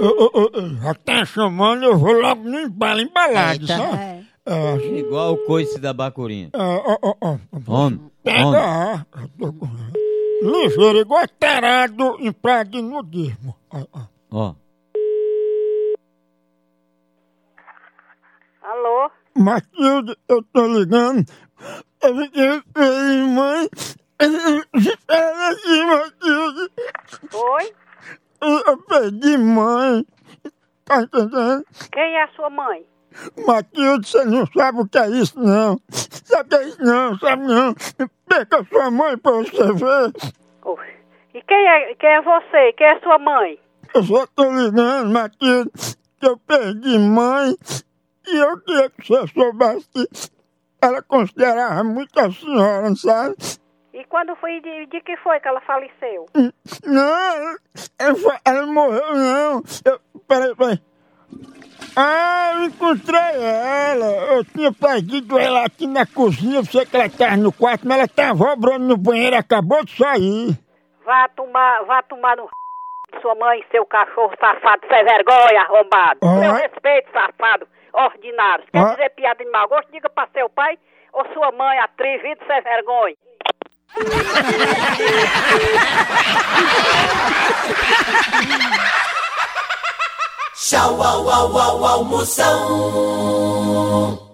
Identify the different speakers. Speaker 1: ô, ô, ô, já tá chamando, eu vou logo limpar ela embalada,
Speaker 2: Eita.
Speaker 1: sabe?
Speaker 2: É.
Speaker 1: Ah, assim,
Speaker 3: Igual o coice da Bacurinha.
Speaker 1: ah, ó, ó, ó.
Speaker 3: Onde?
Speaker 1: Pega,
Speaker 3: Onde?
Speaker 1: ah, eu tô com- ligeiro, igual tarado em praia de nudismo. Ah, ah.
Speaker 3: Ó.
Speaker 4: Alô?
Speaker 1: Matilde, eu tô ligando. Eu liguei pra ele, mãe. Ela aqui, Matilde.
Speaker 4: Oi?
Speaker 1: Eu perdi mãe. Tá entendendo?
Speaker 4: Quem é a sua mãe?
Speaker 1: Matilde, você não sabe o que é isso, não. Sabe o que é isso, não, sabe não. Pega sua mãe pra você ver.
Speaker 4: Oi. E quem é, quem é você? Quem é sua mãe?
Speaker 1: Eu só tô ligando, Matilde, que eu perdi mãe. E eu queria que você soubesse que ela considerava muito a senhora, sabe?
Speaker 4: E quando foi, de, de que foi que ela faleceu?
Speaker 1: Não, ela, fa- ela morreu não. Eu, peraí, peraí. Ah, eu encontrei ela. Eu tinha perdido ela aqui na cozinha, eu sei que ela tava no quarto, mas ela tava obrando no banheiro, acabou de sair.
Speaker 4: Vá tomar, vá tomar no de sua mãe, seu cachorro safado, sem vergonha, arrombado.
Speaker 1: Ah.
Speaker 4: Seu respeito, safado, ordinário. Quer
Speaker 1: Ah.
Speaker 4: dizer piada de mau gosto? Diga para seu pai ou sua mãe, atrevido, sem vergonha.
Speaker 5: Tchau, au, au, au, almoção.